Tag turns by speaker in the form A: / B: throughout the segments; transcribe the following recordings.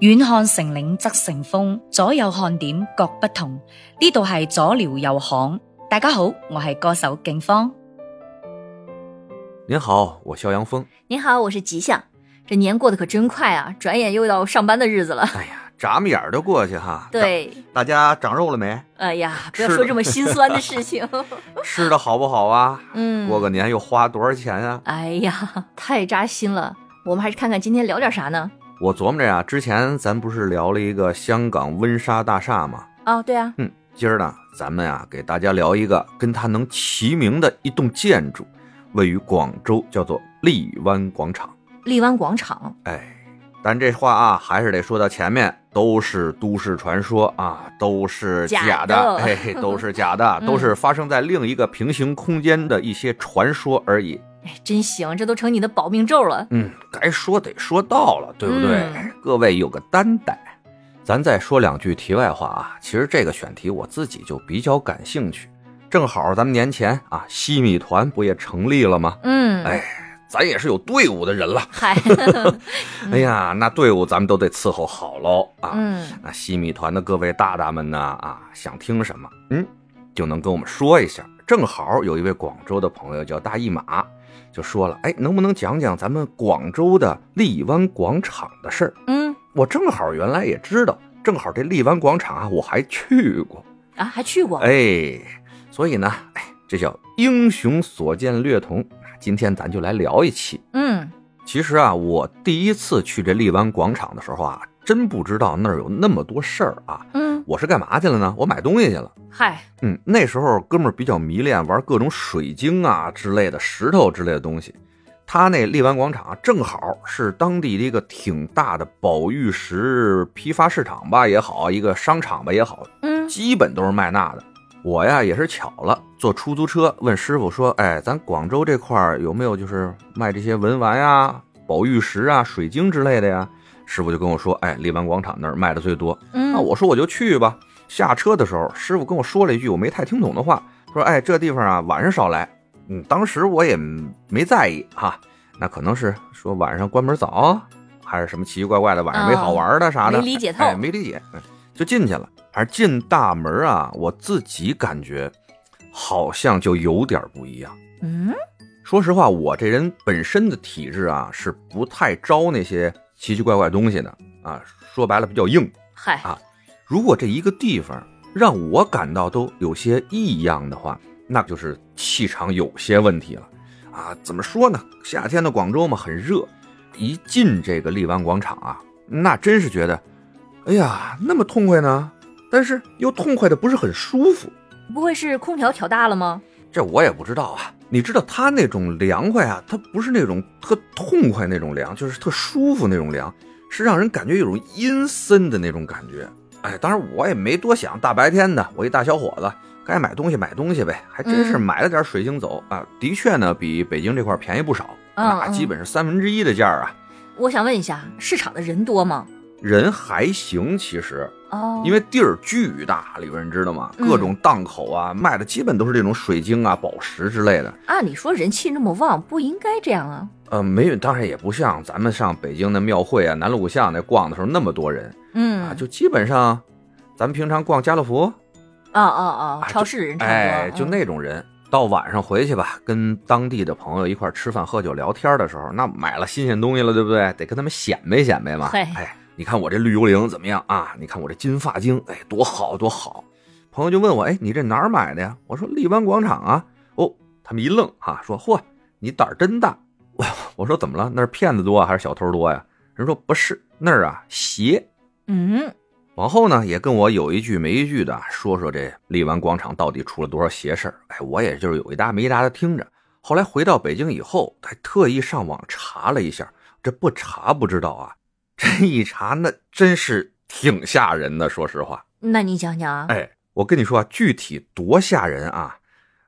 A: 遠看成嶺側成峰，左右看點各不同。呢度係左聊右行。大家好，我係歌手景芳。
B: 您好，我肖阳峰。
C: 您好，我是吉祥。这年过得可真快啊，转眼又到上班的日 子了。
B: 哎呀，眨眼儿就过去哈。，
C: 对，
B: 大家长肉了没？
C: 哎呀，不
B: 吃
C: 要说这么心酸的事情。
B: 吃的好不好啊？
C: 嗯，
B: 过个年又花多少钱啊？
C: 哎呀，太扎心了。我们还是看看今天聊点啥呢？
B: 我琢磨着呀、之前咱不是聊了一个香港温莎大厦吗？
C: 哦，对啊，
B: 嗯，今儿呢，咱们啊给大家聊一个跟它能齐名的一栋建筑，位于广州，叫做荔湾广场。
C: 荔湾广场。
B: 哎，但这话啊，还是得说到前面，都是都市传说啊，都是假
C: 假的嗯
B: 哎，都是假的，都是发生在另一个平行空间的一些传说而已。
C: 哎，真行，这都成你的保命咒了。
B: 嗯，该说得说到了，对不对？
C: 嗯
B: 各位有个担待。咱再说两句题外话啊，其实这个选题我自己就比较感兴趣，正好咱们年前啊，西米团不也成立了吗？
C: 嗯，
B: 哎咱也是有队伍的人了，
C: 嗨，
B: 哎呀，那队伍咱们都得伺候好喽啊。
C: 嗯，
B: 那西米团的各位大大们呢，啊，想听什么，嗯，就能跟我们说一下。正好有一位广州的朋友叫大一马，就说了，哎，能不能讲讲咱们广州的荔湾广场的事儿？
C: 嗯，
B: 我正好原来也知道，正好这荔湾广场啊，我还去过，
C: 啊，还去过。
B: 哎，所以呢，哎，这叫英雄所见略同。今天咱就来聊一期。
C: 嗯，
B: 其实啊，我第一次去这荔湾广场的时候啊，真不知道那儿有那么多事儿啊。
C: 嗯，
B: 我是干嘛去了呢？我买东西去了。
C: 嗨，
B: 嗯，那时候哥们儿比较迷恋玩各种水晶啊之类的石头之类的东西。他那荔湾广场正好是当地的一个挺大的宝玉石批发市场吧也好，一个商场吧也好，
C: 嗯，
B: 基本都是卖那的。我呀也是巧了，坐出租车问师傅说：“哎，咱广州这块儿有没有就是卖这些文玩呀、宝玉石啊、水晶之类的呀？”师傅就跟我说：“哎，荔湾广场那儿卖的最多。”
C: 嗯，
B: 那我说我就去吧。下车的时候，师傅跟我说了一句我没太听懂的话，说：“哎，这地方啊，晚上少来。”嗯，当时我也没在意哈，那可能是说晚上关门早啊，还是什么奇奇怪怪的晚上没好玩的啥的，
C: 哦没理解透
B: 哎，没理解，嗯就进去了。而进大门啊，我自己感觉好像就有点不一样。
C: 嗯，
B: 说实话，我这人本身的体质啊是不太招那些奇奇怪怪东西的啊，说白了比较硬。
C: 嗨，
B: 啊如果这一个地方让我感到都有些异样的话，那就是气场有些问题了。啊，怎么说呢？夏天的广州嘛，很热，一进这个荔湾广场啊，那真是觉得，哎呀，那么痛快呢，但是又痛快的不是很舒服。
C: 不会是空调调大了吗？
B: 这我也不知道啊。你知道他那种凉快啊，他不是那种特痛快那种凉，就是特舒服那种凉，是让人感觉有种阴森的那种感觉。哎，当然我也没多想，大白天的，我一大小伙子，该买东西买东西呗，还真是
C: 嗯
B: 买了点水晶走、啊。的确呢，比北京这块便宜不少，
C: 嗯
B: 那
C: 嗯
B: 基本是三分之一的价啊。
C: 我想问一下，市场的人多吗？
B: 人还行，其实
C: 哦，嗯
B: 因为地儿巨大，里边你知道吗？各种档口啊，卖的基本都是这种水晶啊、宝石之类的。
C: 按理说人气那么旺，不应该这样啊。
B: 呃，没有，当然也不像咱们上北京的庙会啊、南锣鼓巷那逛的时候那么多人
C: 嗯，
B: 啊，就基本上，咱们平常逛家乐福，
C: 哦哦哦
B: 啊，
C: 超市的人差不多，
B: 哎，就
C: 嗯
B: 那种人。到晚上回去吧，跟当地的朋友一块儿吃饭、喝酒、聊天的时候，那买了新鲜东西了，对不对？得跟他们显摆显摆嘛。
C: 嘿
B: 哎，你看我这绿幽灵怎么样啊？你看我这金发晶，哎，多好多好。朋友就问我，哎，你这哪儿买的呀？我说荔湾广场啊。哦，他们一愣哈、说嚯，你胆儿真大。 我我说怎么了？那儿骗子多啊还是小偷多呀？人说不是，那儿啊邪。
C: 嗯，
B: 往后呢，也跟我有一句没一句的说说这荔湾广场到底出了多少邪事儿。哎，我也就是有一搭没一搭的听着。后来回到北京以后，还特意上网查了一下，这不查不知道啊，这一查那真是挺吓人的。说实话，
C: 那你讲讲啊，
B: 哎，我跟你说啊，具体多吓人啊，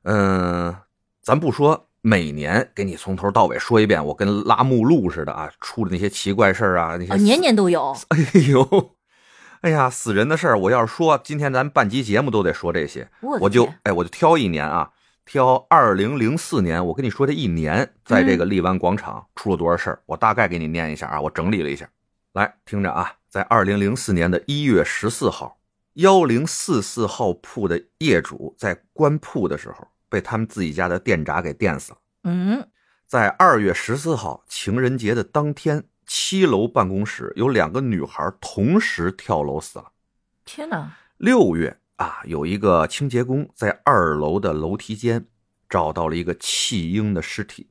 B: 嗯、咱不说每年给你从头到尾说一遍，我跟拉目录似的啊，出的那些奇怪事儿啊，那些
C: 哦，年年都有，
B: 哎呦，哎呀，死人的事儿，我要是说今天咱办集节目都得说这些，
C: 我的
B: 我就
C: 天
B: 哎我就挑一年啊，挑二零零四年，我跟你说这一年在这个荔湾广场出了多少事儿，我大概给你念一下啊，我整理了一下，来听着啊，在二零零四年的一月十四号，幺零四四号铺的业主在关铺的时候，被他们自己家的电闸给电死了。
C: 嗯，
B: 在二月十四号情人节的当天，七楼办公室有两个女孩同时跳楼死了。
C: 天哪，
B: 六月啊，有一个清洁工在二楼的楼梯间找到了一个弃婴的尸体。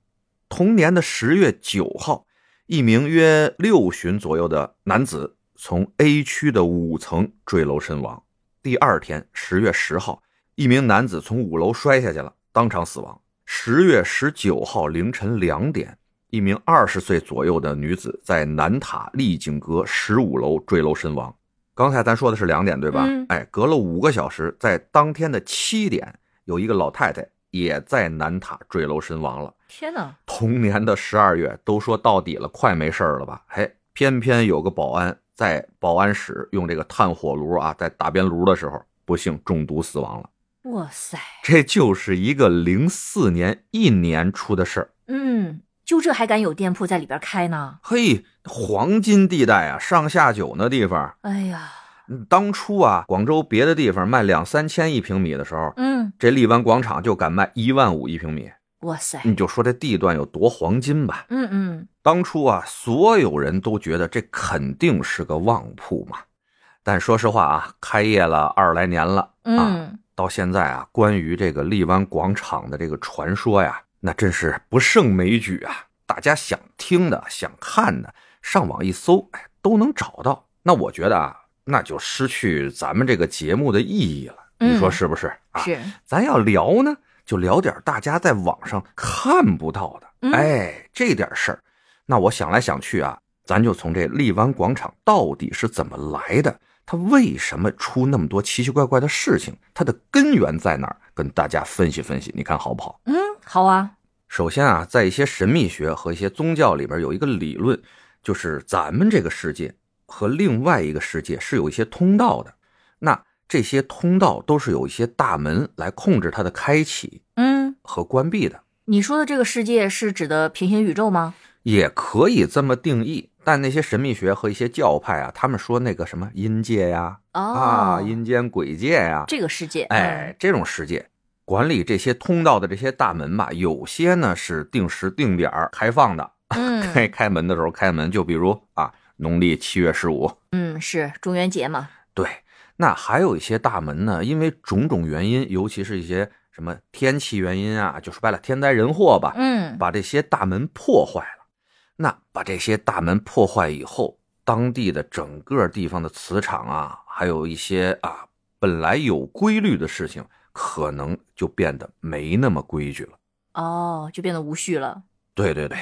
B: 同年的十月九号，一名约六旬左右的男子从 A 区的五层坠楼身亡。第二天，十月十号，一名男子从五楼摔下去了，当场死亡。十月十九号凌晨两点，一名二十岁左右的女子在南塔丽景阁十五楼坠楼身亡。刚才咱说的是两点，对吧？
C: 嗯
B: 哎，隔了五个小时，在当天的七点，有一个老太太也在南塔坠楼身亡了。
C: 天哪，
B: 同年的十二月，都说到底了，快没事儿了吧？哎，偏偏有个保安在保安室用这个炭火炉啊，在打边炉的时候，不幸中毒死亡了。
C: 哇塞，
B: 这就是一个零四年一年出的事儿。
C: 嗯，就这还敢有店铺在里边开呢？
B: 嘿，黄金地带啊，上下九那地方，
C: 哎呀，
B: 嗯当初啊，广州别的地方卖两三千一平米的时候，
C: 嗯，
B: 这荔湾广场就敢卖一万五一平米，
C: 哇塞，
B: 你就说这地段有多黄金吧。
C: 嗯嗯，
B: 当初啊，所有人都觉得这肯定是个旺铺嘛。但说实话啊，开业了二十来年了，啊，
C: 嗯，
B: 到现在啊，关于这个荔湾广场的这个传说呀，那真是不胜枚举啊。大家想听的、想看的，上网一搜，哎，都能找到。那我觉得啊，那就失去咱们这个节目的意义了。你说
C: 嗯
B: 是不是？啊，
C: 是，
B: 咱要聊呢，就聊点大家在网上看不到的，
C: 嗯
B: 哎，这点事儿。那我想来想去啊，咱就从这荔湾广场到底是怎么来的，它为什么出那么多奇奇怪怪的事情，它的根源在哪儿，跟大家分析分析，你看好不好？
C: 嗯，好啊，
B: 首先啊，在一些神秘学和一些宗教里边有一个理论，就是咱们这个世界和另外一个世界是有一些通道的。那这些通道都是有一些大门来控制它的开启
C: 嗯，
B: 和关闭的，
C: 你说的这个世界是指的平行宇宙吗？
B: 也可以这么定义。但那些神秘学和一些教派啊，他们说那个什么阴界呀、
C: 哦，
B: 啊，阴间鬼界呀、
C: 这个世界，
B: 哎，这种世界管理这些通道的这些大门吧，有些呢是定时定点儿开放的，
C: 嗯，
B: 开
C: 嗯，
B: 开门的时候开门，就比如啊，农历七月十五，
C: 嗯，是中元节嘛，
B: 对。那还有一些大门呢，因为种种原因，尤其是一些什么天气原因啊，就说白了，天灾人祸吧，
C: 嗯，
B: 把这些大门破坏了。那把这些大门破坏以后，当地的整个地方的磁场啊，还有一些啊本来有规律的事情，可能就变得没那么规矩了。
C: 哦，就变得无序了，
B: 对对对，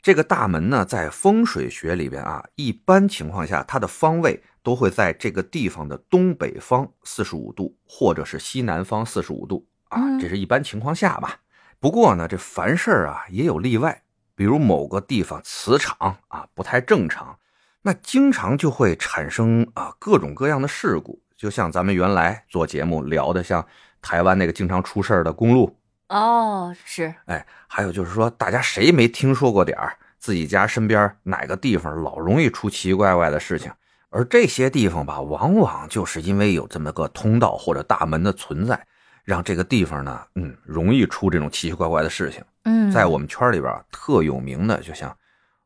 B: 这个大门呢，在风水学里边啊，一般情况下它的方位都会在这个地方的东北方四十五度，或者是西南方四十五度啊，
C: 嗯
B: 这是一般情况下吧。不过呢，这凡事儿啊也有例外，比如某个地方磁场啊不太正常，那经常就会产生啊各种各样的事故，就像咱们原来做节目聊的，像台湾那个经常出事儿的公路，
C: 哦，是，
B: 哎，还有就是说，大家谁没听说过点儿自己家身边哪个地方老容易出奇奇怪怪的事情？而这些地方吧，往往就是因为有这么个通道或者大门的存在，让这个地方呢，嗯，容易出这种奇奇怪怪的事情。
C: 嗯，
B: 在我们圈里边啊特有名的，就像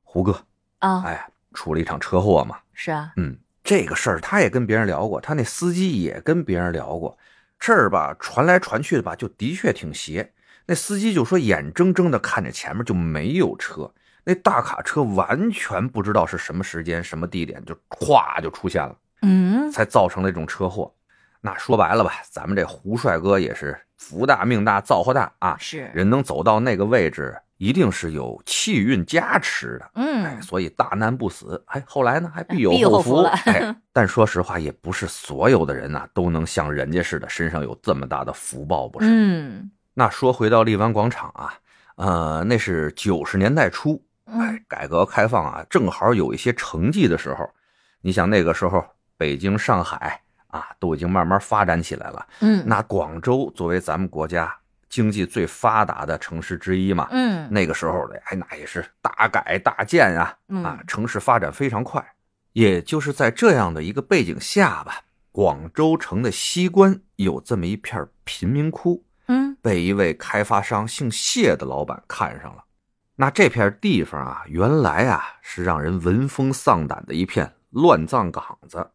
B: 胡歌，
C: 啊，
B: 哎，出了一场车祸嘛，
C: 是啊，
B: 嗯，这个事儿他也跟别人聊过，他那司机也跟别人聊过，事儿吧传来传去的吧，就的确挺邪。那司机就说眼睁睁的看着前面就没有车，那大卡车完全不知道是什么时间、什么地点，就咵就出现了，
C: 嗯，
B: 才造成了这种车祸。那说白了吧，咱们这胡帅哥也是福大命大造化大啊，
C: 是，
B: 人能走到那个位置，一定是有气运加持的。哎，
C: 嗯，
B: 所以大难不死，哎，后来呢还必
C: 必
B: 有
C: 有后
B: 福。
C: 福了
B: 哎，但说实话，也不是所有的人呐、都能像人家似的身上有这么大的福报，不是？
C: 嗯，
B: 那说回到荔湾广场啊，呃，那是九十年代初，哎
C: 嗯，，
B: 改革开放啊，正好有一些成绩的时候，你想那个时候北京、上海啊都已经慢慢发展起来了，
C: 嗯，
B: 那广州作为咱们国家经济最发达的城市之一嘛，
C: 嗯，
B: 那个时候的，哎，那也是大改大建啊，
C: 嗯
B: 啊，城市发展非常快。也就是在这样的一个背景下吧，广州城的西关有这么一片贫民窟，
C: 嗯
B: 被一位开发商姓谢的老板看上了。那这片地方啊，原来啊是让人闻风丧胆的一片乱葬岗子，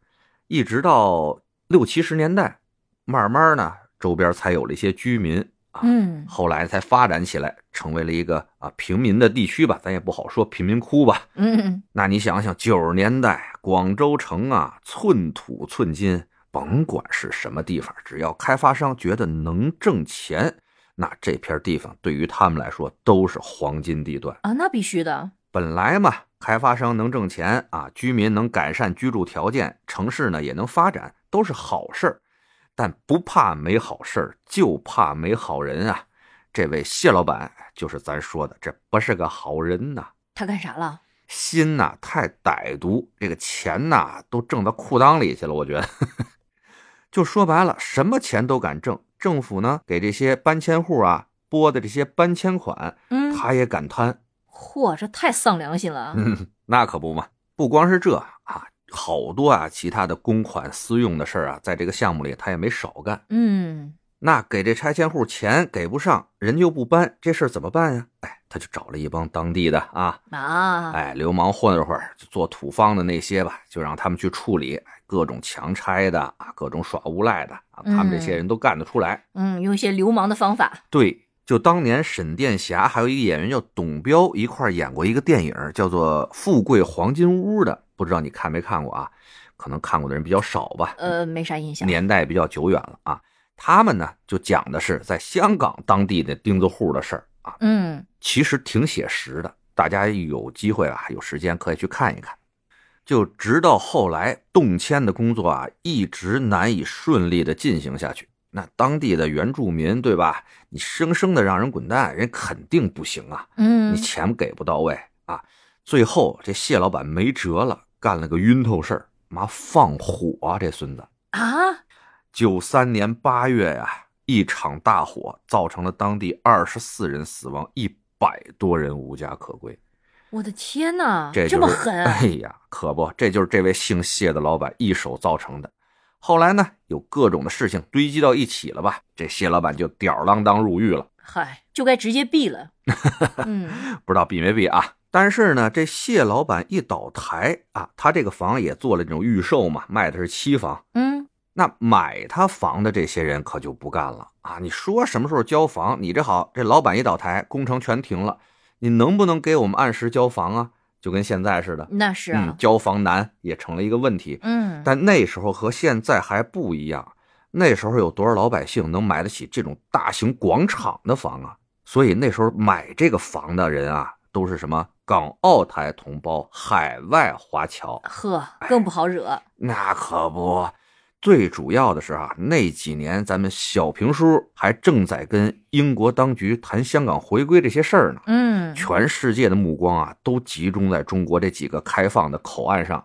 B: 一直到六七十年代，慢慢呢周边才有了一些居民啊，
C: 嗯
B: 后来才发展起来，成为了一个啊平民的地区吧，咱也不好说贫民窟吧，
C: 嗯，
B: 那你想想，九十年代广州城啊，寸土寸金，甭管是什么地方，只要开发商觉得能挣钱，那这片地方对于他们来说都是黄金地段。
C: 啊，那必须的，
B: 本来嘛，开发商能挣钱啊，居民能改善居住条件，城市呢也能发展，都是好事儿。但不怕没好事儿，就怕没好人啊！这位谢老板就是咱说的，这不是个好人呐、
C: 他干啥了？
B: 心呐、太歹毒，这个钱呐、都挣到裤裆里去了。我觉得， 就说白了，什么钱都敢挣。政府呢给这些搬迁户啊拨的这些搬迁款，
C: 嗯，
B: 他也敢贪。
C: 嚯，这太丧良心了啊！
B: 嗯，那可不嘛。不光是这啊，好多啊其他的公款私用的事儿啊，在这个项目里他也没少干。
C: 嗯
B: 那给这拆迁户钱给不上，人就不搬，这事儿怎么办呀？哎，他就找了一帮当地的啊，
C: 啊，
B: 哎，流氓混混儿就做土方的那些吧，就让他们去处理哎各种强拆的啊，各种耍无赖的啊，他们这些人都干得出来。
C: 嗯，用一些流氓的方法，
B: 对，就当年沈殿霞还有一个演员叫董彪一块儿演过一个电影，叫做《富贵黄金屋》的，不知道你看没看过啊？可能看过的人比较少吧，
C: 呃，没啥印象。
B: 年代比较久远了啊。他们呢就讲的是在香港当地的钉子户的事儿啊，
C: 嗯
B: 其实挺写实的，大家有机会啊，有时间可以去看一看。就直到后来动迁的工作啊，一直难以顺利的进行下去。那当地的原住民，对吧？你生生的让人滚蛋，人肯定不行啊！
C: 嗯
B: 你钱给不到位啊！最后这谢老板没辙了，干了个晕头事儿，妈放火、啊！这孙子，
C: 啊，
B: 九三年八月呀、一场大火造成了当地二十四人死亡，一百多人无家可归。
C: 我的天哪，
B: 这、就是、
C: 啊么 狠！
B: 哎呀，可不，这就是这位姓谢的老板一手造成的。后来呢，有各种的事情堆积到一起了吧，这谢老板就吊儿郎当入狱了，
C: 嗨，就该直接 毙了。嗯
B: 不知道毙没毙啊？但是呢，这谢老板一倒台啊，他这个房也做了这种预售嘛，卖的是期房，
C: 嗯
B: 那买他房的这些人可就不干了啊！你说什么时候交房？你这好，这老板一倒台，工程全停了，你能不能给我们按时交房啊？就跟现在似的，
C: 那是
B: 嗯
C: 啊，，
B: 交房难也成了一个问题。
C: 嗯，
B: 但那时候和现在还不一样，那时候有多少老百姓能买得起这种大型广场的房啊？所以那时候买这个房的人啊，都是什么港澳台同胞、海外华侨。
C: 呵，更不好惹。
B: 那可不，最主要的是啊，那几年咱们小平叔还正在跟英国当局谈香港回归这些事儿呢。
C: 嗯，
B: 全世界的目光啊，都集中在中国这几个开放的口岸上。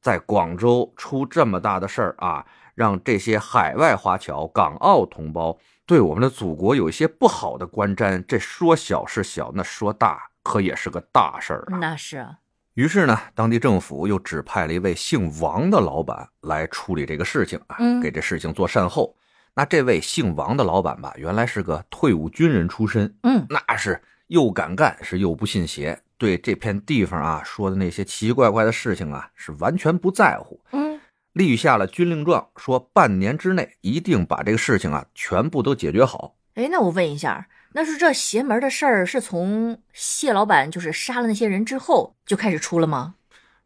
B: 在广州出这么大的事儿啊，让这些海外华侨、港澳同胞对我们的祖国有一些不好的观瞻，这说小是小，那说大可也是个大事儿啊。
C: 那是啊
B: 于是呢，当地政府又指派了一位姓王的老板来处理这个事情啊，
C: 嗯
B: 给这事情做善后。那这位姓王的老板吧，原来是个退伍军人出身，
C: 嗯
B: 那是又敢干，是又不信邪，对这片地方啊说的那些奇奇怪怪的事情啊，是完全不在乎。
C: 嗯
B: 立下了军令状，说半年之内一定把这个事情啊全部都解决好。
C: 哎，那我问一下，那是这邪门的事儿是从谢老板就是杀了那些人之后就开始出了吗？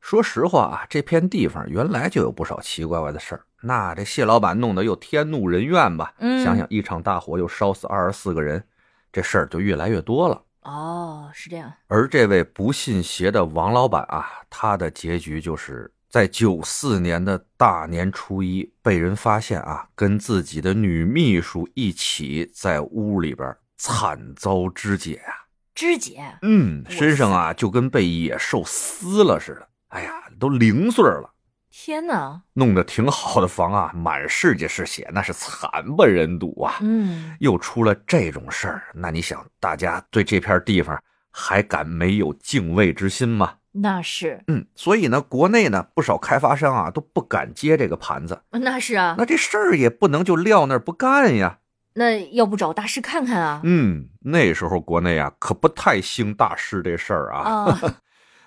B: 说实话啊，这片地方原来就有不少奇奇怪怪的事儿。那这谢老板弄得又天怒人怨吧？
C: 嗯
B: 想想一场大火又烧死二十四个人，这事儿就越来越多了。
C: 哦，是这样。
B: 而这位不信邪的王老板啊，他的结局就是在九四年的大年初一被人发现啊，跟自己的女秘书一起在屋里边惨遭肢解啊。
C: 肢解，
B: 嗯，
C: 哇塞
B: 身上啊就跟被野兽撕了似的，哎呀，都零碎了。
C: 天哪！
B: 弄得挺好的房啊，满世界是血，那是惨不忍睹啊！
C: 嗯，
B: 又出了这种事儿，那你想，大家对这片地方还敢没有敬畏之心吗？
C: 那是
B: 嗯，所以呢，国内呢不少开发商啊都不敢接这个盘子，
C: 那是啊，
B: 那这事儿也不能就撂那儿不干呀。
C: 那要不找大师看看啊？
B: 嗯，那时候国内啊可不太兴大师这事儿啊。
C: 啊，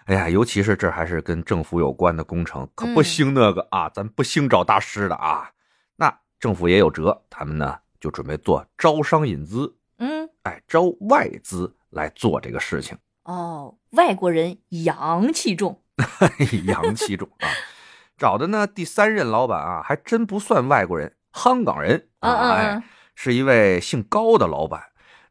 B: 哎呀，尤其是这还是跟政府有关的工程，可不
C: 嗯
B: 兴那个啊，咱不兴找大师的啊。那政府也有辙，他们呢就准备做招商引资，
C: 嗯，
B: 哎，招外资来做这个事情。
C: 哦，外国人洋气重，
B: 洋气种啊。找的呢，第三任老板啊，还真不算外国人，香港人
C: 嗯嗯
B: 哎
C: 嗯，
B: 是一位姓高的老板。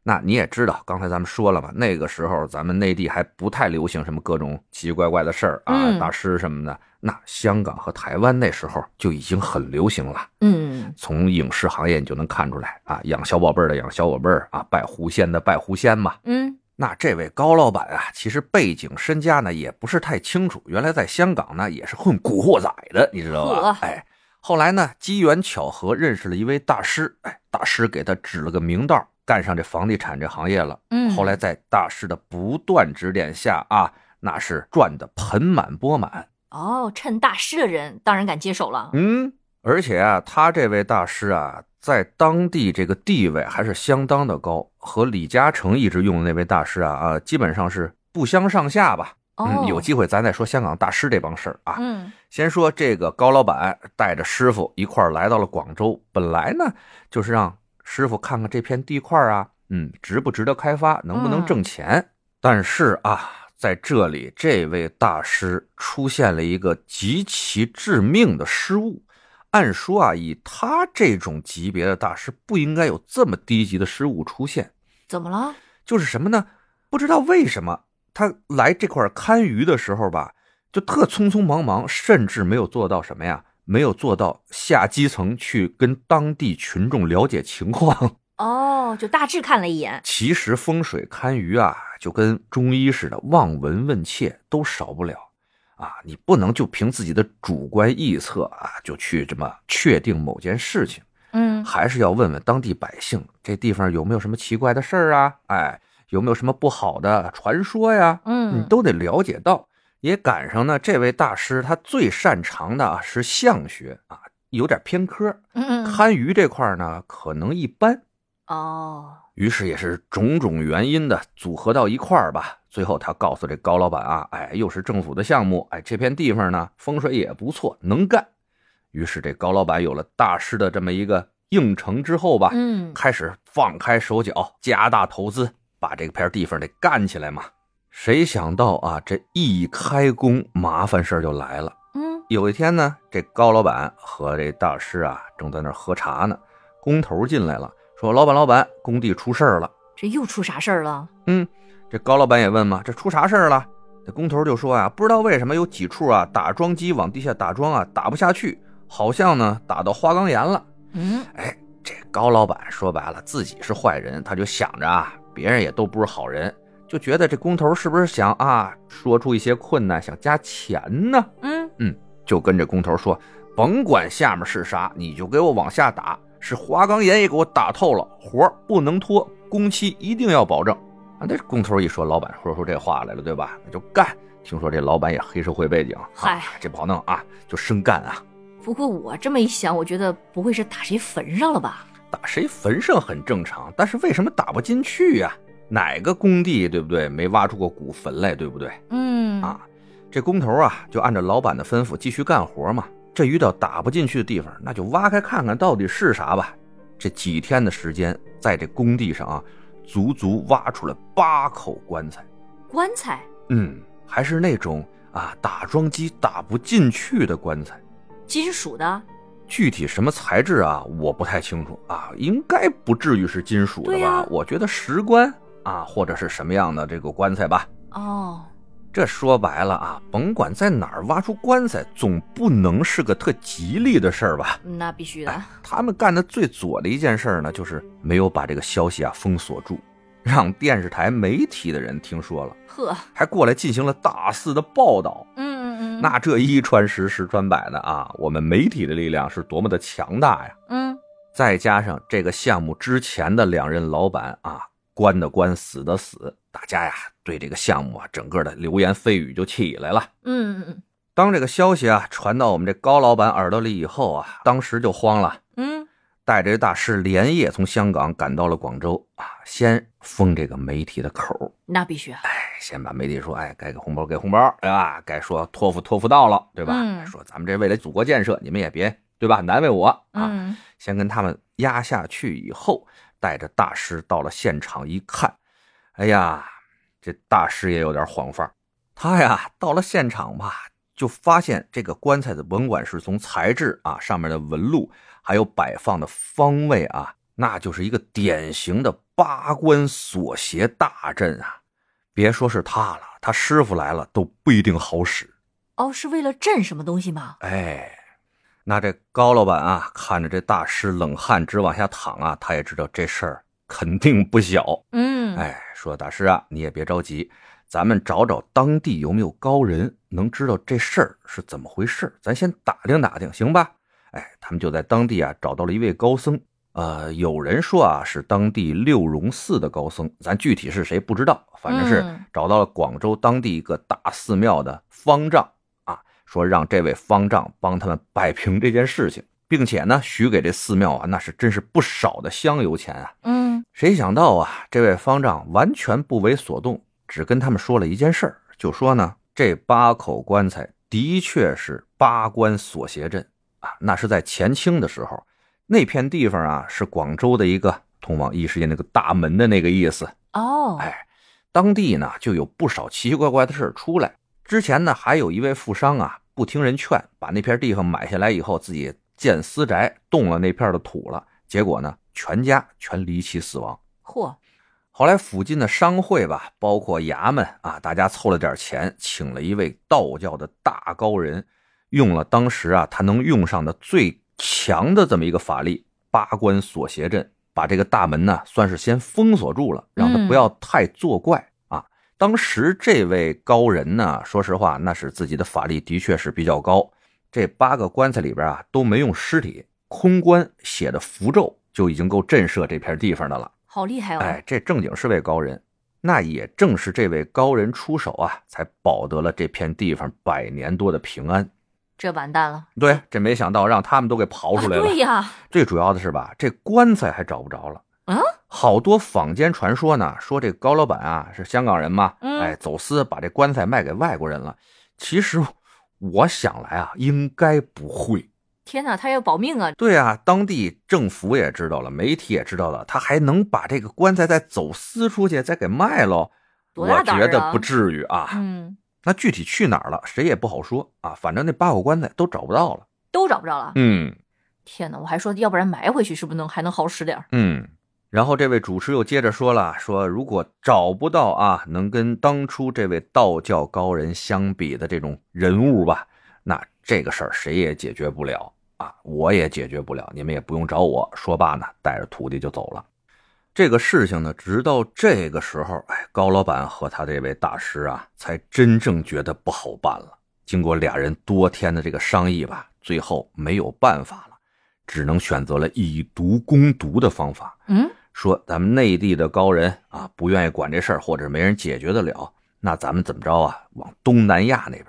B: 那你也知道，刚才咱们说了嘛，那个时候咱们内地还不太流行什么各种奇奇怪怪的事儿啊，
C: 嗯
B: 大师什么的。那香港和台湾那时候就已经很流行了。
C: 嗯，
B: 从影视行业你就能看出来啊，养小宝贝儿的养小宝贝儿啊，拜狐仙的拜狐仙嘛。
C: 嗯，
B: 那这位高老板啊，其实背景身家呢也不是太清楚，原来在香港呢也是混古惑仔的，你知道吧？
C: 呵
B: 哎，后来呢机缘巧合认识了一位大师，哎，大师给他指了个明道，干上这房地产这行业了。
C: 嗯
B: 后来在大师的不断指点下啊，那是赚得盆满钵满。
C: 哦，趁大师的人当然敢接手了，
B: 嗯，而且啊，他这位大师啊，在当地这个地位还是相当的高，和李嘉诚一直用的那位大师啊啊，基本上是不相上下吧。
C: 哦
B: 嗯，，有机会咱再说香港大师这帮事儿啊。
C: 嗯，
B: 先说这个高老板带着师傅一块儿来到了广州，本来呢就是让师傅看看这片地块儿啊，嗯，值不值得开发，能不能
C: 嗯
B: 挣钱。但是啊，在这里这位大师出现了一个极其致命的失误。按说啊，以他这种级别的大师，不应该有这么低级的失误出现。
C: 怎么了？
B: 就是什么呢？不知道为什么他来这块看鱼的时候吧，就特匆匆忙忙，甚至没有做到什么呀，没有做到下基层去跟当地群众了解情况。
C: 哦，就大致看了一眼，
B: 其实风水看鱼啊，就跟中医似的，望闻问切都少不了。啊，你不能就凭自己的主观臆测啊，就去这么确定某件事情。
C: 嗯，
B: 还是要问问当地百姓，这地方有没有什么奇怪的事儿啊？哎，有没有什么不好的传说呀？
C: 嗯
B: 你都得了解到。也赶上呢，这位大师他最擅长的啊是相学啊，有点偏科，
C: 嗯嗯，
B: 堪舆这块儿呢可能一般。
C: 哦，
B: 于是也是种种原因的组合到一块儿吧。最后他告诉这高老板啊，哎，又是政府的项目，哎，这片地方呢风水也不错，能干。于是这高老板有了大师的这么一个应承之后吧，
C: 嗯，
B: 开始放开手脚，加大投资，把这片地方得干起来嘛。谁想到啊，这一开工，麻烦事儿就来了。
C: 嗯，
B: 有一天呢，这高老板和这大师啊正在那儿喝茶呢，工头进来了，说：“老板，老板，工地出事儿了。
C: 这又出啥事儿了？”
B: 这高老板也问嘛：“这出啥事儿了？”这工头就说啊：“不知道为什么有几处啊打桩机往地下打桩啊打不下去，好像呢打到花岗岩了。”
C: 嗯，
B: 哎，这高老板说白了自己是坏人，他就想着啊，别人也都不是好人，就觉得这工头是不是想啊，说出一些困难，想加钱呢？
C: 嗯，
B: 就跟这工头说，甭管下面是啥，你就给我往下打，是花岗岩也给我打透了，活儿不能拖，工期一定要保证。啊，那工头一说，老板说出这话来了，对吧？那就干。听说这老板也黑社会背景，啊
C: 嗨，
B: 这不好弄啊，就生干啊。
C: 不过我这么一想，我觉得不会是打谁坟上了吧？
B: 打谁坟上很正常，但是为什么打不进去呀、哪个工地对不对？没挖出过古坟来，对不对？
C: 嗯
B: 啊这工头啊，就按照老板的吩咐继续干活嘛。这遇到打不进去的地方，那就挖开看看到底是啥吧。这几天的时间，在这工地上啊，足足挖出了八口棺材。
C: 棺材，
B: 嗯，还是那种啊打桩机打不进去的棺材。
C: 金属的，
B: 具体什么材质啊，我不太清楚啊，应该不至于是金属的吧？
C: 对呀
B: 我觉得石棺啊，或者是什么样的这个棺材吧。
C: 哦，
B: 这说白了啊，甭管在哪儿挖出棺材，总不能是个特吉利的事儿吧？
C: 那必须的
B: 哎，他们干的最左的一件事儿呢，就是没有把这个消息啊封锁住，让电视台媒体的人听说了，
C: 呵，
B: 还过来进行了大肆的报道。
C: 嗯嗯嗯，
B: 那这一传十，十传百的啊，我们媒体的力量是多么的强大呀！
C: 嗯，
B: 再加上这个项目之前的两任老板啊，关的关，死的死，大家呀对这个项目啊，整个的流言蜚语就起来了。
C: 嗯嗯
B: 当这个消息啊传到我们这高老板耳朵里以后啊，当时就慌了，
C: 嗯
B: 带着这大师连夜从香港赶到了广州啊，先封这个媒体的口儿，
C: 嗯，那必须啊，
B: 哎先把媒体说，哎，该给红包给红包，对吧？该说托付托付到了，对吧？
C: 嗯
B: 说咱们这为了祖国建设，你们也别对吧难为我啊，
C: 嗯
B: 先跟他们压下去以后，带着大师到了现场一看，哎呀，这大师也有点晃范儿。他呀，到了现场吧，就发现这个棺材的甭管是从材质啊，上面的纹路，还有摆放的方位啊，那就是一个典型的八关锁邪大阵啊。别说是他了，他师傅来了都不一定好使。
C: 哦，是为了震什么东西吗？
B: 哎，那这高老板啊，看着这大师冷汗直往下淌啊，他也知道这事儿肯定不小。
C: 嗯，
B: 哎，说大师啊，你也别着急，咱们找找当地有没有高人能知道这事儿是怎么回事儿，咱先打听打听，行吧？哎，他们就在当地啊找到了一位高僧，呃，有人说啊是当地六榕寺的高僧，咱具体是谁不知道，反正是
C: 嗯
B: 找到了广州当地一个大寺庙的方丈啊，说让这位方丈帮他们摆平这件事情，并且呢许给这寺庙啊那是真是不少的香油钱啊。
C: 嗯
B: 谁想到啊，这位方丈完全不为所动，只跟他们说了一件事儿，就说呢，这八口棺材的确是八关锁邪阵啊，那是在前清的时候，那片地方啊是广州的一个通往异世界那个大门的那个意思。
C: 哦，
B: 哎，当地呢就有不少奇奇怪怪的事儿出来。之前呢，还有一位富商啊，不听人劝，把那片地方买下来以后，自己建私宅，动了那片的土了，结果呢，全家全离奇死亡。
C: 嚯，
B: 后来附近的商会吧，包括衙门啊，大家凑了点钱，请了一位道教的大高人，用了当时啊他能用上的最强的这么一个法力——八关锁邪阵，把这个大门呢算是先封锁住了，让他不要太作怪、啊。当时这位高人呢，说实话，那是自己的法力的确是比较高，这八个棺材里边啊都没用尸体，空棺写的符咒就已经够震慑这片地方的了。
C: 好厉害哦！
B: 哎，这正经是位高人，那也正是这位高人出手啊，才保得了这片地方百年多的平安。
C: 这完蛋了，
B: 对，啊这没想到让他们都给刨出来
C: 啊
B: 了。
C: 对呀，
B: 最主要的是吧，这棺材还找不着了。
C: 啊，
B: 好多坊间传说呢，说这高老板啊是香港人嘛，
C: 嗯
B: 哎，走私把这棺材卖给外国人了。其实我想来啊，应该不会。
C: 天哪，他要保命啊！
B: 对啊，当地政府也知道了，媒体也知道了，他还能把这个棺材再走私出去，再给卖喽？
C: 多大
B: 我
C: 胆儿啊
B: 觉得不至于啊。
C: 嗯，
B: 那具体去哪儿了，谁也不好说啊。反正那八口棺材都找不到了。
C: 都找不着了。
B: 嗯
C: 天哪，我还说要不然埋回去是不是能还能好使点儿？
B: 嗯。然后这位主持又接着说了，说如果找不到啊，能跟当初这位道教高人相比的这种人物吧，那这个事儿谁也解决不了啊，我也解决不了，你们也不用找我。说罢呢，带着徒弟就走了。这个事情呢，直到这个时候，哎，高老板和他这位大师啊，才真正觉得不好办了。经过俩人多天的这个商议吧，最后没有办法了，只能选择了以毒攻毒的方法。
C: 嗯，
B: 说咱们内地的高人啊，不愿意管这事儿，或者没人解决得了，那咱们怎么着啊？往东南亚那边。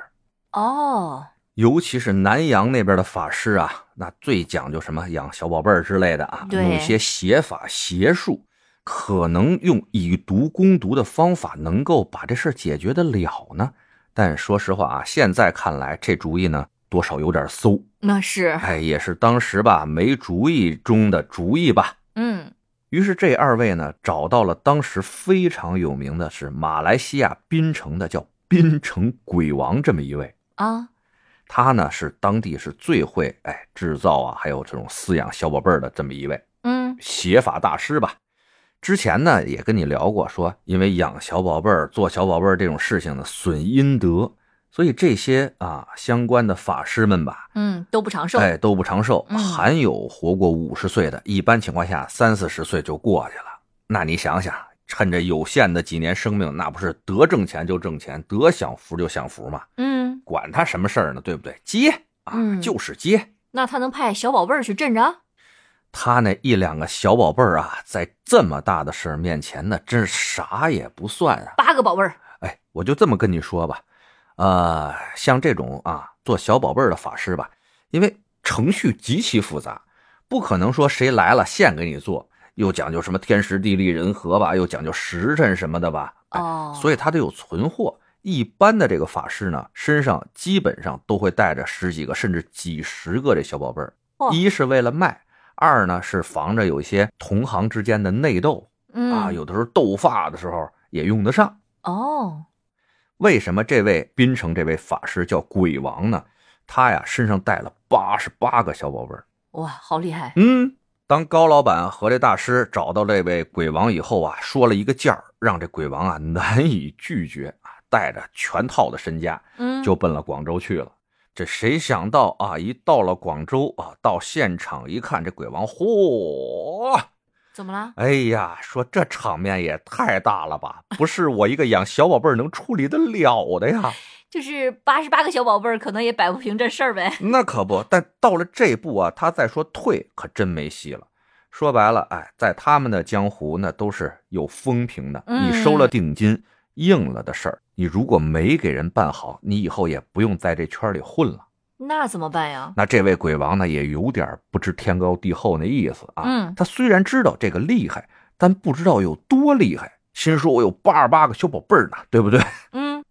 C: 哦，
B: 尤其是南洋那边的法师啊，那最讲究什么养小宝贝儿之类的啊，
C: 对
B: 弄一些邪法邪术，可能用以毒攻毒的方法能够把这事儿解决得了呢。但说实话啊，现在看来这主意呢，多少有点馊，
C: 那是，
B: 哎，也是当时吧没主意中的主意吧。
C: 嗯，
B: 于是这二位呢，找到了当时非常有名的是马来西亚槟城的叫槟城鬼王这么一位。
C: 啊，
B: 他呢是当地是最会哎制造啊，还有这种饲养小宝贝儿的这么一位
C: 嗯，
B: 邪法大师吧。之前呢也跟你聊过说，因为养小宝贝儿、做小宝贝儿这种事情呢损阴德，所以这些啊相关的法师们吧，
C: 嗯，都不长寿。
B: 哎都不长寿，
C: 嗯
B: 还有活过五十岁的，一般情况下三四十岁就过去了。那你想想，趁着有限的几年生命，那不是得挣钱就挣钱，得享福就享福嘛？
C: 嗯，
B: 管他什么事儿呢，对不对？接啊，
C: 嗯
B: 就是接。
C: 那他能派小宝贝儿去镇着？
B: 他那一两个小宝贝儿啊，在这么大的事儿面前呢，真是啥也不算啊。
C: 八个宝贝儿，
B: 哎，我就这么跟你说吧，呃，像这种啊做小宝贝儿的法师吧，因为程序极其复杂，不可能说谁来了现给你做，又讲究什么天时地利人和吧，又讲究时辰什么的吧，哎，
C: 哦，
B: 所以他得有存货。一般的这个法师呢，身上基本上都会带着十几个甚至几十个这小宝贝儿，
C: 哦
B: 一是为了卖，二呢是防着有一些同行之间的内斗
C: 嗯
B: 啊，有的时候斗法的时候也用得上。
C: 哦，
B: 为什么这位槟城这位法师叫鬼王呢？他呀身上带了八十八个小宝贝儿。
C: 哇，好厉害，
B: 嗯，当高老板和这大师找到这位鬼王以后啊，说了一个价儿，让这鬼王啊难以拒绝啊，带着全套的身家
C: 嗯，
B: 就奔了广州去了。这谁想到啊，一到了广州啊，到现场一看，这鬼王嚯！
C: 怎么了？
B: 哎呀，说这场面也太大了吧，不是我一个养小宝贝儿能处理得了的呀。
C: 就是八十八个小宝贝儿，可能也摆不平这事儿呗。
B: 那可不，但到了这步啊，他再说退可真没戏了。说白了，哎，在他们的江湖那都是有风评的。
C: 嗯
B: 你收了定金，应了的事儿，你如果没给人办好，你以后也不用在这圈里混了。
C: 那怎么办呀？
B: 那这位鬼王呢，也有点不知天高地厚那意思啊。
C: 嗯
B: 他虽然知道这个厉害，但不知道有多厉害，心说我有八十八个小宝贝儿呢，对不对？
C: 嗯，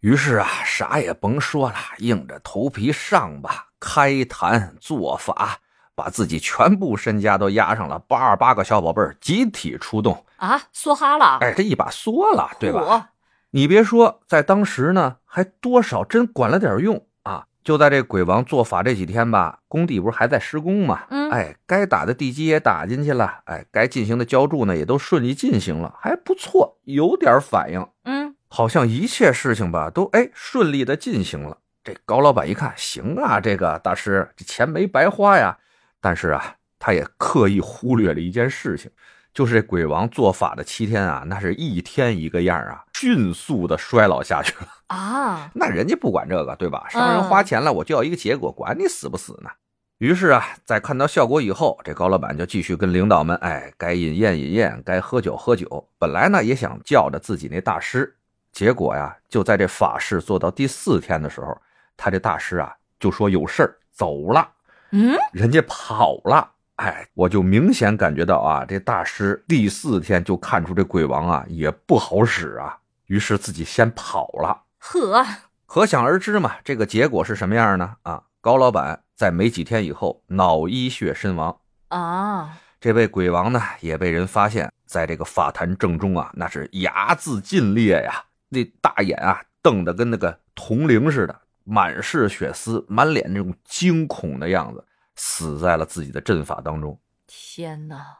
B: 于是啊，啥也甭说了，硬着头皮上吧，开坛做法，把自己全部身家都押上了，八十八个小宝贝儿集体出动，
C: 啊，梭哈了，
B: 哎，这一把缩了，对吧？
C: 吧？
B: 你别说，在当时呢，还多少真管了点用啊！就在这鬼王做法这几天吧，工地不是还在施工嘛？
C: 嗯
B: 哎，该打的地基也打进去了，哎，该进行的浇筑呢也都顺利进行了，还不错，有点反应。
C: 嗯，
B: 好像一切事情吧都哎顺利的进行了。这高老板一看，行啊，这个大师这钱没白花呀。但是啊，他也刻意忽略了一件事情，就是这鬼王做法的七天啊，那是一天一个样啊，迅速的衰老下去了。
C: 啊，
B: 那人家不管这个，对吧？商人花钱了，我就要一个结果，管你死不死呢。于是啊，在看到效果以后，这高老板就继续跟领导们，哎，该饮宴饮宴，该喝酒喝酒。本来呢也想叫着自己那大师，结果呀，就在这法事做到第四天的时候，他这大师啊就说有事儿走了，
C: 嗯，
B: 人家跑了。哎，我就明显感觉到啊，这大师第四天就看出这鬼王啊也不好使啊，于是自己先跑了。
C: 呵，
B: 可想而知嘛，这个结果是什么样呢？啊，高老板在没几天以后脑溢血身亡。
C: 啊，
B: 这位鬼王呢，也被人发现，在这个法坛正中啊，那是睚眦尽裂呀，那大眼啊瞪得跟那个铜铃似的，满是血丝，满脸那种惊恐的样子，死在了自己的阵法当中。
C: 天哪，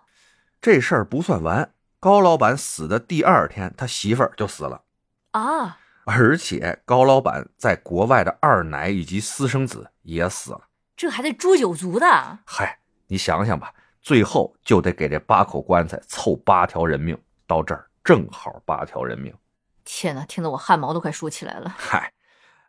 B: 这事儿不算完，高老板死的第二天，他媳妇儿就死了。
C: 啊，
B: 而且高老板在国外的二奶以及私生子也死了。
C: 这还得诛九族的，
B: 嗨，你想想吧，最后就得给这八口棺材凑八条人命，到这儿正好八条人命。
C: 天哪，听得我汗毛都快竖起来了。
B: 嗨，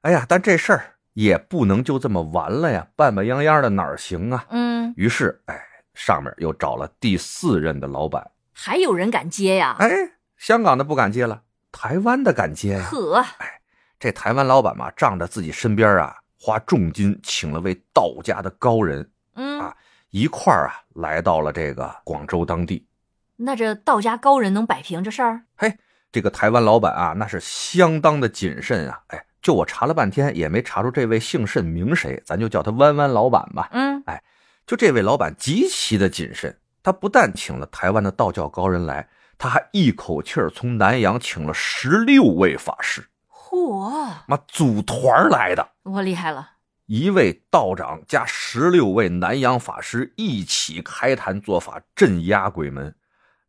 B: 哎呀，但这事儿也不能就这么完了呀，半半泱泱的哪儿行啊？
C: 嗯，
B: 于是，哎，上面又找了第四任的老板，
C: 还有人敢接呀？
B: 哎，香港的不敢接了，台湾的敢接呀、
C: 呵，
B: 这台湾老板嘛，仗着自己身边啊花重金请了位道家的高人，
C: 嗯，
B: 一块儿啊来到了这个广州当地。
C: 那这道家高人能摆平这事儿？
B: 这个台湾老板啊，那是相当的谨慎啊。哎，就我查了半天也没查出这位姓甚名谁，咱就叫他弯弯老板吧。
C: 嗯，
B: 就这位老板极其的谨慎，他不但请了台湾的道教高人来，他还一口气儿从南洋请了十六位法师，
C: 嚯，
B: 妈组团儿来的。
C: 我厉害了，
B: 一位道长加十六位南洋法师一起开坛做法，镇压鬼门。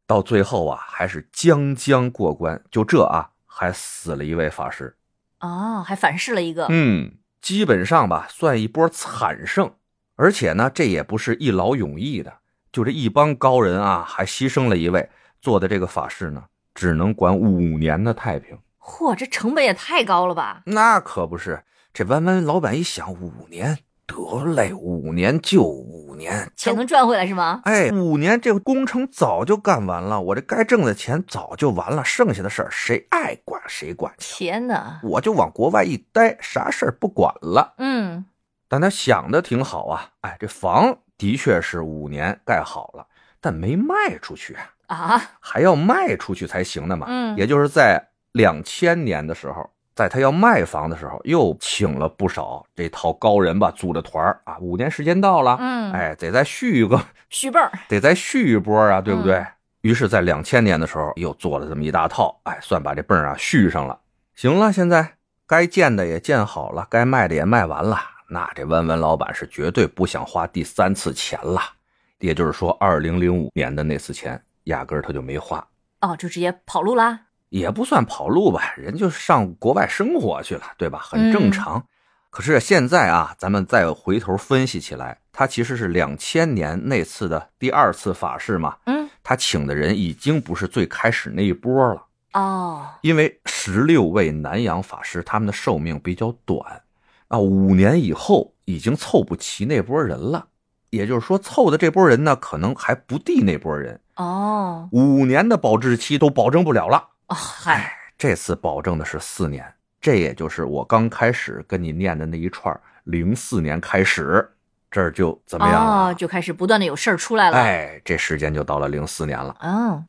B: 到最后啊，还是将将过关。就这啊，还死了一位法师。
C: 啊，还反噬了一个，
B: 嗯，基本上吧，算一波惨胜。而且呢，这也不是一劳永逸的，就这一帮高人啊，还牺牲了一位做的这个法师呢，只能管五年的太平。
C: 嚯，这成本也太高了吧？
B: 那可不是，这弯弯老板一想，五年得嘞，五年就五年，
C: 钱能赚回来是吗？
B: 哎，五年这个工程早就干完了，我这该挣的钱早就完了，剩下的事儿谁爱管谁管去，
C: 天哪，
B: 我就往国外一待，啥事儿不管了。
C: 嗯，
B: 但他想的挺好啊，哎，这房的确是五年盖好了，但没卖出去啊，
C: 啊，
B: 还要卖出去才行的嘛。
C: 嗯
B: 也就是在两千年的时候，在他要卖房的时候，又请了不少这套高人吧，组的团儿啊，五年时间到了，
C: 嗯
B: 哎，得再续一个，
C: 续辈儿，
B: 得再续一波啊，对不对？
C: 嗯
B: 于是，在两千年的时候，又做了这么一大套，哎，算把这泵啊续上了。行了，现在该建的也建好了，该卖的也卖完了，那这弯弯老板是绝对不想花第三次钱了。也就是说，二零零五年的那次钱，压根儿他就没花。
C: 哦，就直接跑路啦。
B: 也不算跑路吧，人就上国外生活去了，对吧？很正常。可是现在啊，咱们再回头分析起来，他其实是两千年那次的第二次法事嘛，
C: 嗯，
B: 他请的人已经不是最开始那一波了，
C: 哦，
B: 因为十六位南洋法师他们的寿命比较短，啊，五年以后已经凑不齐那波人了。也就是说，凑的这波人呢，可能还不敌那波人，
C: 哦，
B: 五年的保质期都保证不了了。
C: 哦，嗨，
B: 这次保证的是四年，这也就是我刚开始跟你念的那一串，零四年开始，这儿就怎么样啊了？
C: 哦，就开始不断的有事儿出来了。
B: 哎，这时间就到了零四年了。
C: 哦，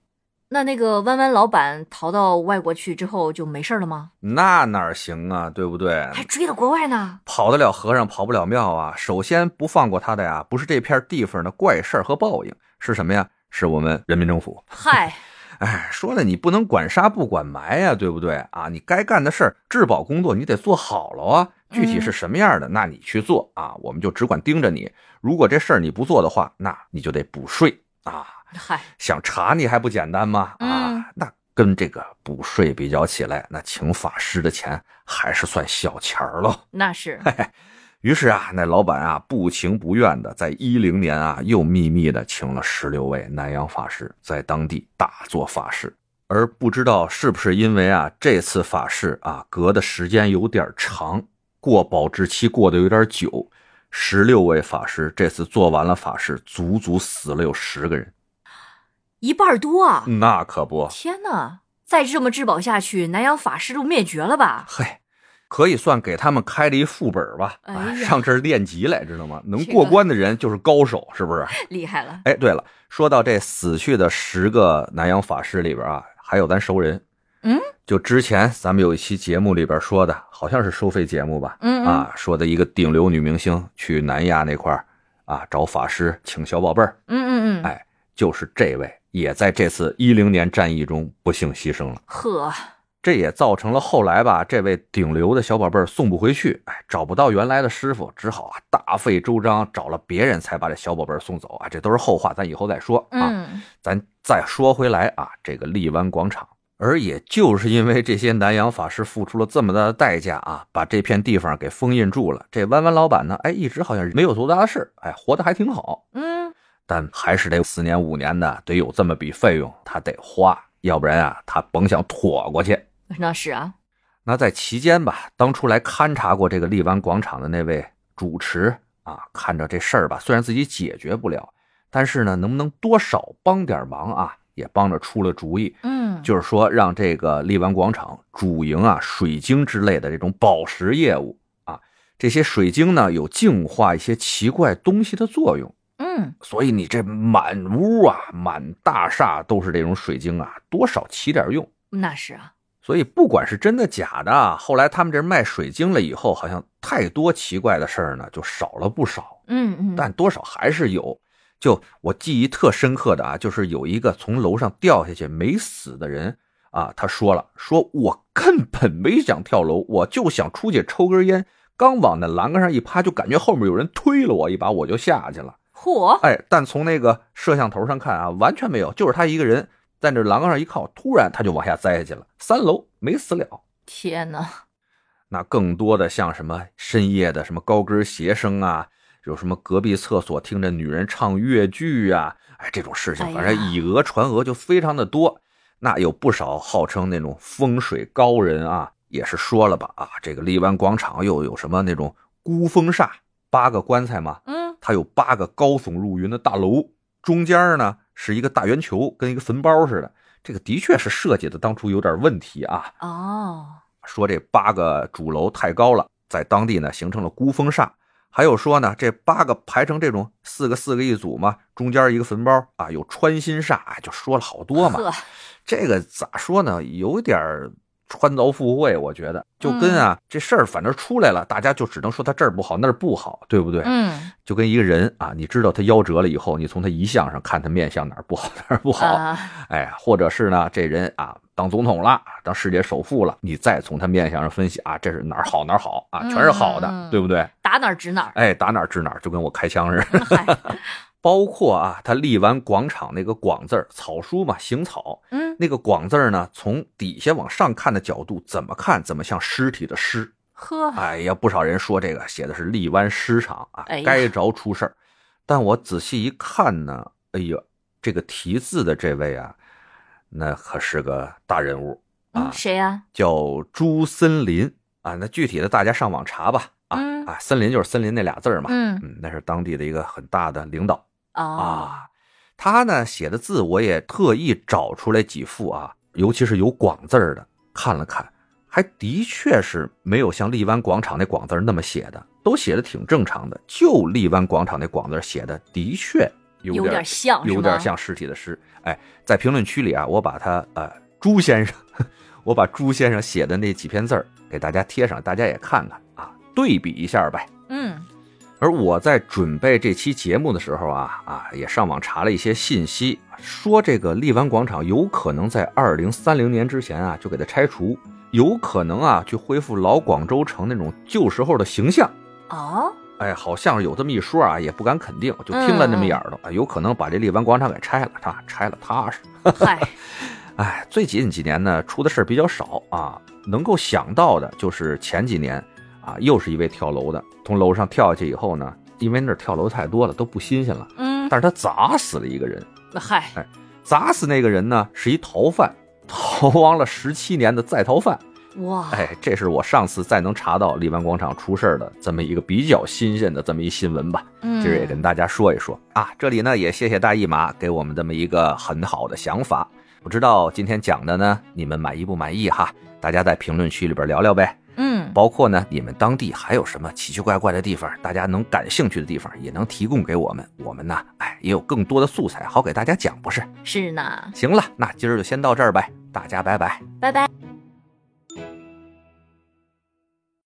C: 那那个弯弯老板逃到外国去之后就没事儿了吗？
B: 那哪行啊，对不对？
C: 还追到国外呢？
B: 跑得了和尚跑不了庙啊！首先不放过他的呀，不是这片地方的怪事儿和报应，是什么呀？是我们人民政府。
C: 嗨，
B: 哎，说了你不能管杀不管埋呀、对不对啊？你该干的事儿，质保工作你得做好了啊。具体是什么样的，那你去做啊，我们就只管盯着你。如果这事儿你不做的话，那你就得补税啊。
C: 嗨，
B: 想查你还不简单吗？啊，
C: 嗯
B: 那跟这个补税比较起来，那请法师的钱还是算小钱儿喽。
C: 那是，
B: 于是啊，那老板啊不情不愿的，在一零年啊又秘密的请了十六位南洋法师，在当地大做法事。而不知道是不是因为啊这次法事啊隔的时间有点长，过保质期过得有点久，十六位法师这次做完了法事，足足死了有十个人。
C: 一半儿多啊！
B: 那可不，
C: 天哪，再这么质保下去，南洋法师都灭绝了吧？
B: 嘿，可以算给他们开了一副本吧，
C: 哎
B: 啊
C: 呀
B: 上这儿练级来，知道吗？能
C: 这
B: 过
C: 个
B: 关的人就是高手，是不是？
C: 厉害了，
B: 哎，对了，说到这死去的十个南洋法师里边啊，还有咱熟人，
C: 嗯，
B: 就之前咱们有一期节目里边说的，好像是收费节目吧，
C: 嗯嗯
B: 啊，说的一个顶流女明星去南亚那块儿啊找法师请小宝贝儿，
C: 嗯嗯嗯，
B: 哎就是这位，也在这次一零年战役中不幸牺牲了。
C: 呵，
B: 这也造成了后来吧，这位顶流的小宝贝儿送不回去，哎，找不到原来的师傅，只好啊大费周章找了别人才把这小宝贝儿送走啊。这都是后话，咱以后再说啊。
C: 嗯，
B: 咱再说回来啊，这个荔湾广场，而也就是因为这些南洋法师付出了这么大的代价啊，把这片地方给封印住了。这弯弯老板呢，哎，一直好像没有多大的事儿，哎，活得还挺好，
C: 嗯，
B: 但还是得四年五年的，得有这么笔费用，他得花，要不然啊，他甭想妥过去。
C: 那是啊，
B: 那在期间吧，当初来勘察过这个荔湾广场的那位主持啊，看着这事儿吧，虽然自己解决不了，但是呢，能不能多少帮点忙啊？也帮着出了主意，
C: 嗯，
B: 就是说让这个荔湾广场主营啊水晶之类的这种宝石业务啊，这些水晶呢有净化一些奇怪东西的作用。
C: 嗯，
B: 所以你这满屋啊，满大厦都是这种水晶啊，多少起点用。
C: 那是啊，
B: 所以不管是真的假的啊，后来他们这儿卖水晶了以后，好像太多奇怪的事儿呢，就少了不少，
C: 嗯嗯，
B: 但多少还是有。就我记忆特深刻的啊，就是有一个从楼上掉下去没死的人啊，他说了，说我根本没想跳楼，我就想出去抽根烟，刚往那栏杆上一趴，就感觉后面有人推了我一把，我就下去了。
C: 嚯，
B: 哎，但从那个摄像头上看啊，完全没有，就是他一个人在那栏杆上一靠，突然他就往下栽下去了，三楼没死了。
C: 天哪，
B: 那更多的像什么深夜的什么高跟鞋声啊，有什么隔壁厕所听着女人唱越剧啊，哎，这种事情，反
C: 哎呀
B: 正以讹传讹就非常的多。那有不少号称那种风水高人啊，也是说了吧啊，这个荔湾广场又有什么那种孤峰煞，八个棺材嘛，
C: 嗯，
B: 它有八个高耸入云的大楼，中间呢是一个大圆球，跟一个坟包似的。这个的确是设计的当初有点问题啊。
C: 哦，
B: 说这八个主楼太高了，在当地呢形成了孤峰煞。还有说呢，这八个排成这种四个四个一组嘛，中间一个坟包啊，有穿心煞，哎就说了好多嘛。
C: 呵，
B: 这个咋说呢？有点儿穿凿附会，我觉得就
C: 嗯
B: 跟啊、这事儿反正出来了，大家就只能说他这儿不好那儿不好，对不对？
C: 嗯，
B: 就跟一个人啊，你知道他夭折了以后，你从他遗相上看他面相哪儿不好哪儿不好，
C: 啊，
B: 哎，或者是呢这人啊当总统了，当世界首富了，你再从他面相上分析啊，这是哪儿好哪儿好啊，全是好的，
C: 嗯嗯嗯
B: 对不对？
C: 打哪儿 指哪儿。
B: 哎，打哪儿治哪儿，就跟我开枪似的。
C: 嗨，
B: 包括啊，他立完广场那个广字儿，草书嘛，行草。
C: 嗯，
B: 那个广字儿呢，从底下往上看的角度，怎么看怎么像尸体的尸。
C: 呵，
B: 哎呀，不少人说这个写的是荔湾尸场啊
C: 哎，呀
B: 该着出事儿。但我仔细一看呢，哎呀，这个题字的这位啊，那可是个大人物啊
C: 嗯，，谁呀？
B: 叫朱森林啊。那具体的大家上网查吧。啊
C: 嗯
B: 啊，森林就是森林那俩字儿嘛。
C: 嗯，
B: 嗯，那是当地的一个很大的领导
C: 哦，
B: 啊。他呢写的字，我也特意找出来几幅啊，尤其是有广字儿的，看了看，还的确是没有像荔湾广场那广字儿那么写的，都写的挺正常的，就荔湾广场那广字儿写的的确有
C: 有
B: 点
C: 点像，
B: 有点。像尸体的尸。哎，在评论区里啊，我把他呃朱先生， 我把朱先生写的那几篇字儿给大家贴上，大家也看看啊，对比一下呗。
C: 嗯，
B: 而我在准备这期节目的时候啊啊，也上网查了一些信息，说这个荔湾广场有可能在二零三零年之前啊就给它拆除，有可能啊去恢复老广州城那种旧时候的形象。
C: 哦，
B: 哎，好像是有这么一说啊，也不敢肯定，我就听了那么一耳朵啊，有可能把这荔湾广场给拆了，啊，拆了踏实。
C: 嗨，
B: 哎，最近几年呢，出的事儿比较少啊，能够想到的就是前几年啊，又是一位跳楼的，从楼上跳下去以后呢，因为那儿跳楼太多了，都不新鲜了，
C: 嗯，
B: 但是他砸死了一个人，
C: 嗨，
B: 砸死那个人呢是一逃犯，逃亡了十七年的在逃犯。
C: 哇，
B: 哎，这是我上次再能查到荔湾广场出事儿的这么一个比较新鲜的这么一新闻吧。
C: 嗯，
B: 今儿也跟大家说一说啊。这里呢也谢谢大义马给我们这么一个很好的想法。不知道今天讲的呢，你们满意不满意哈？大家在评论区里边聊聊呗。
C: 嗯，
B: 包括呢，你们当地还有什么奇奇怪怪的地方，大家能感兴趣的地方，也能提供给我们。我们呢，哎，也有更多的素材好给大家讲，不是？
C: 是呢，
B: 行了，那今儿就先到这儿呗，大家拜拜。
C: 拜拜。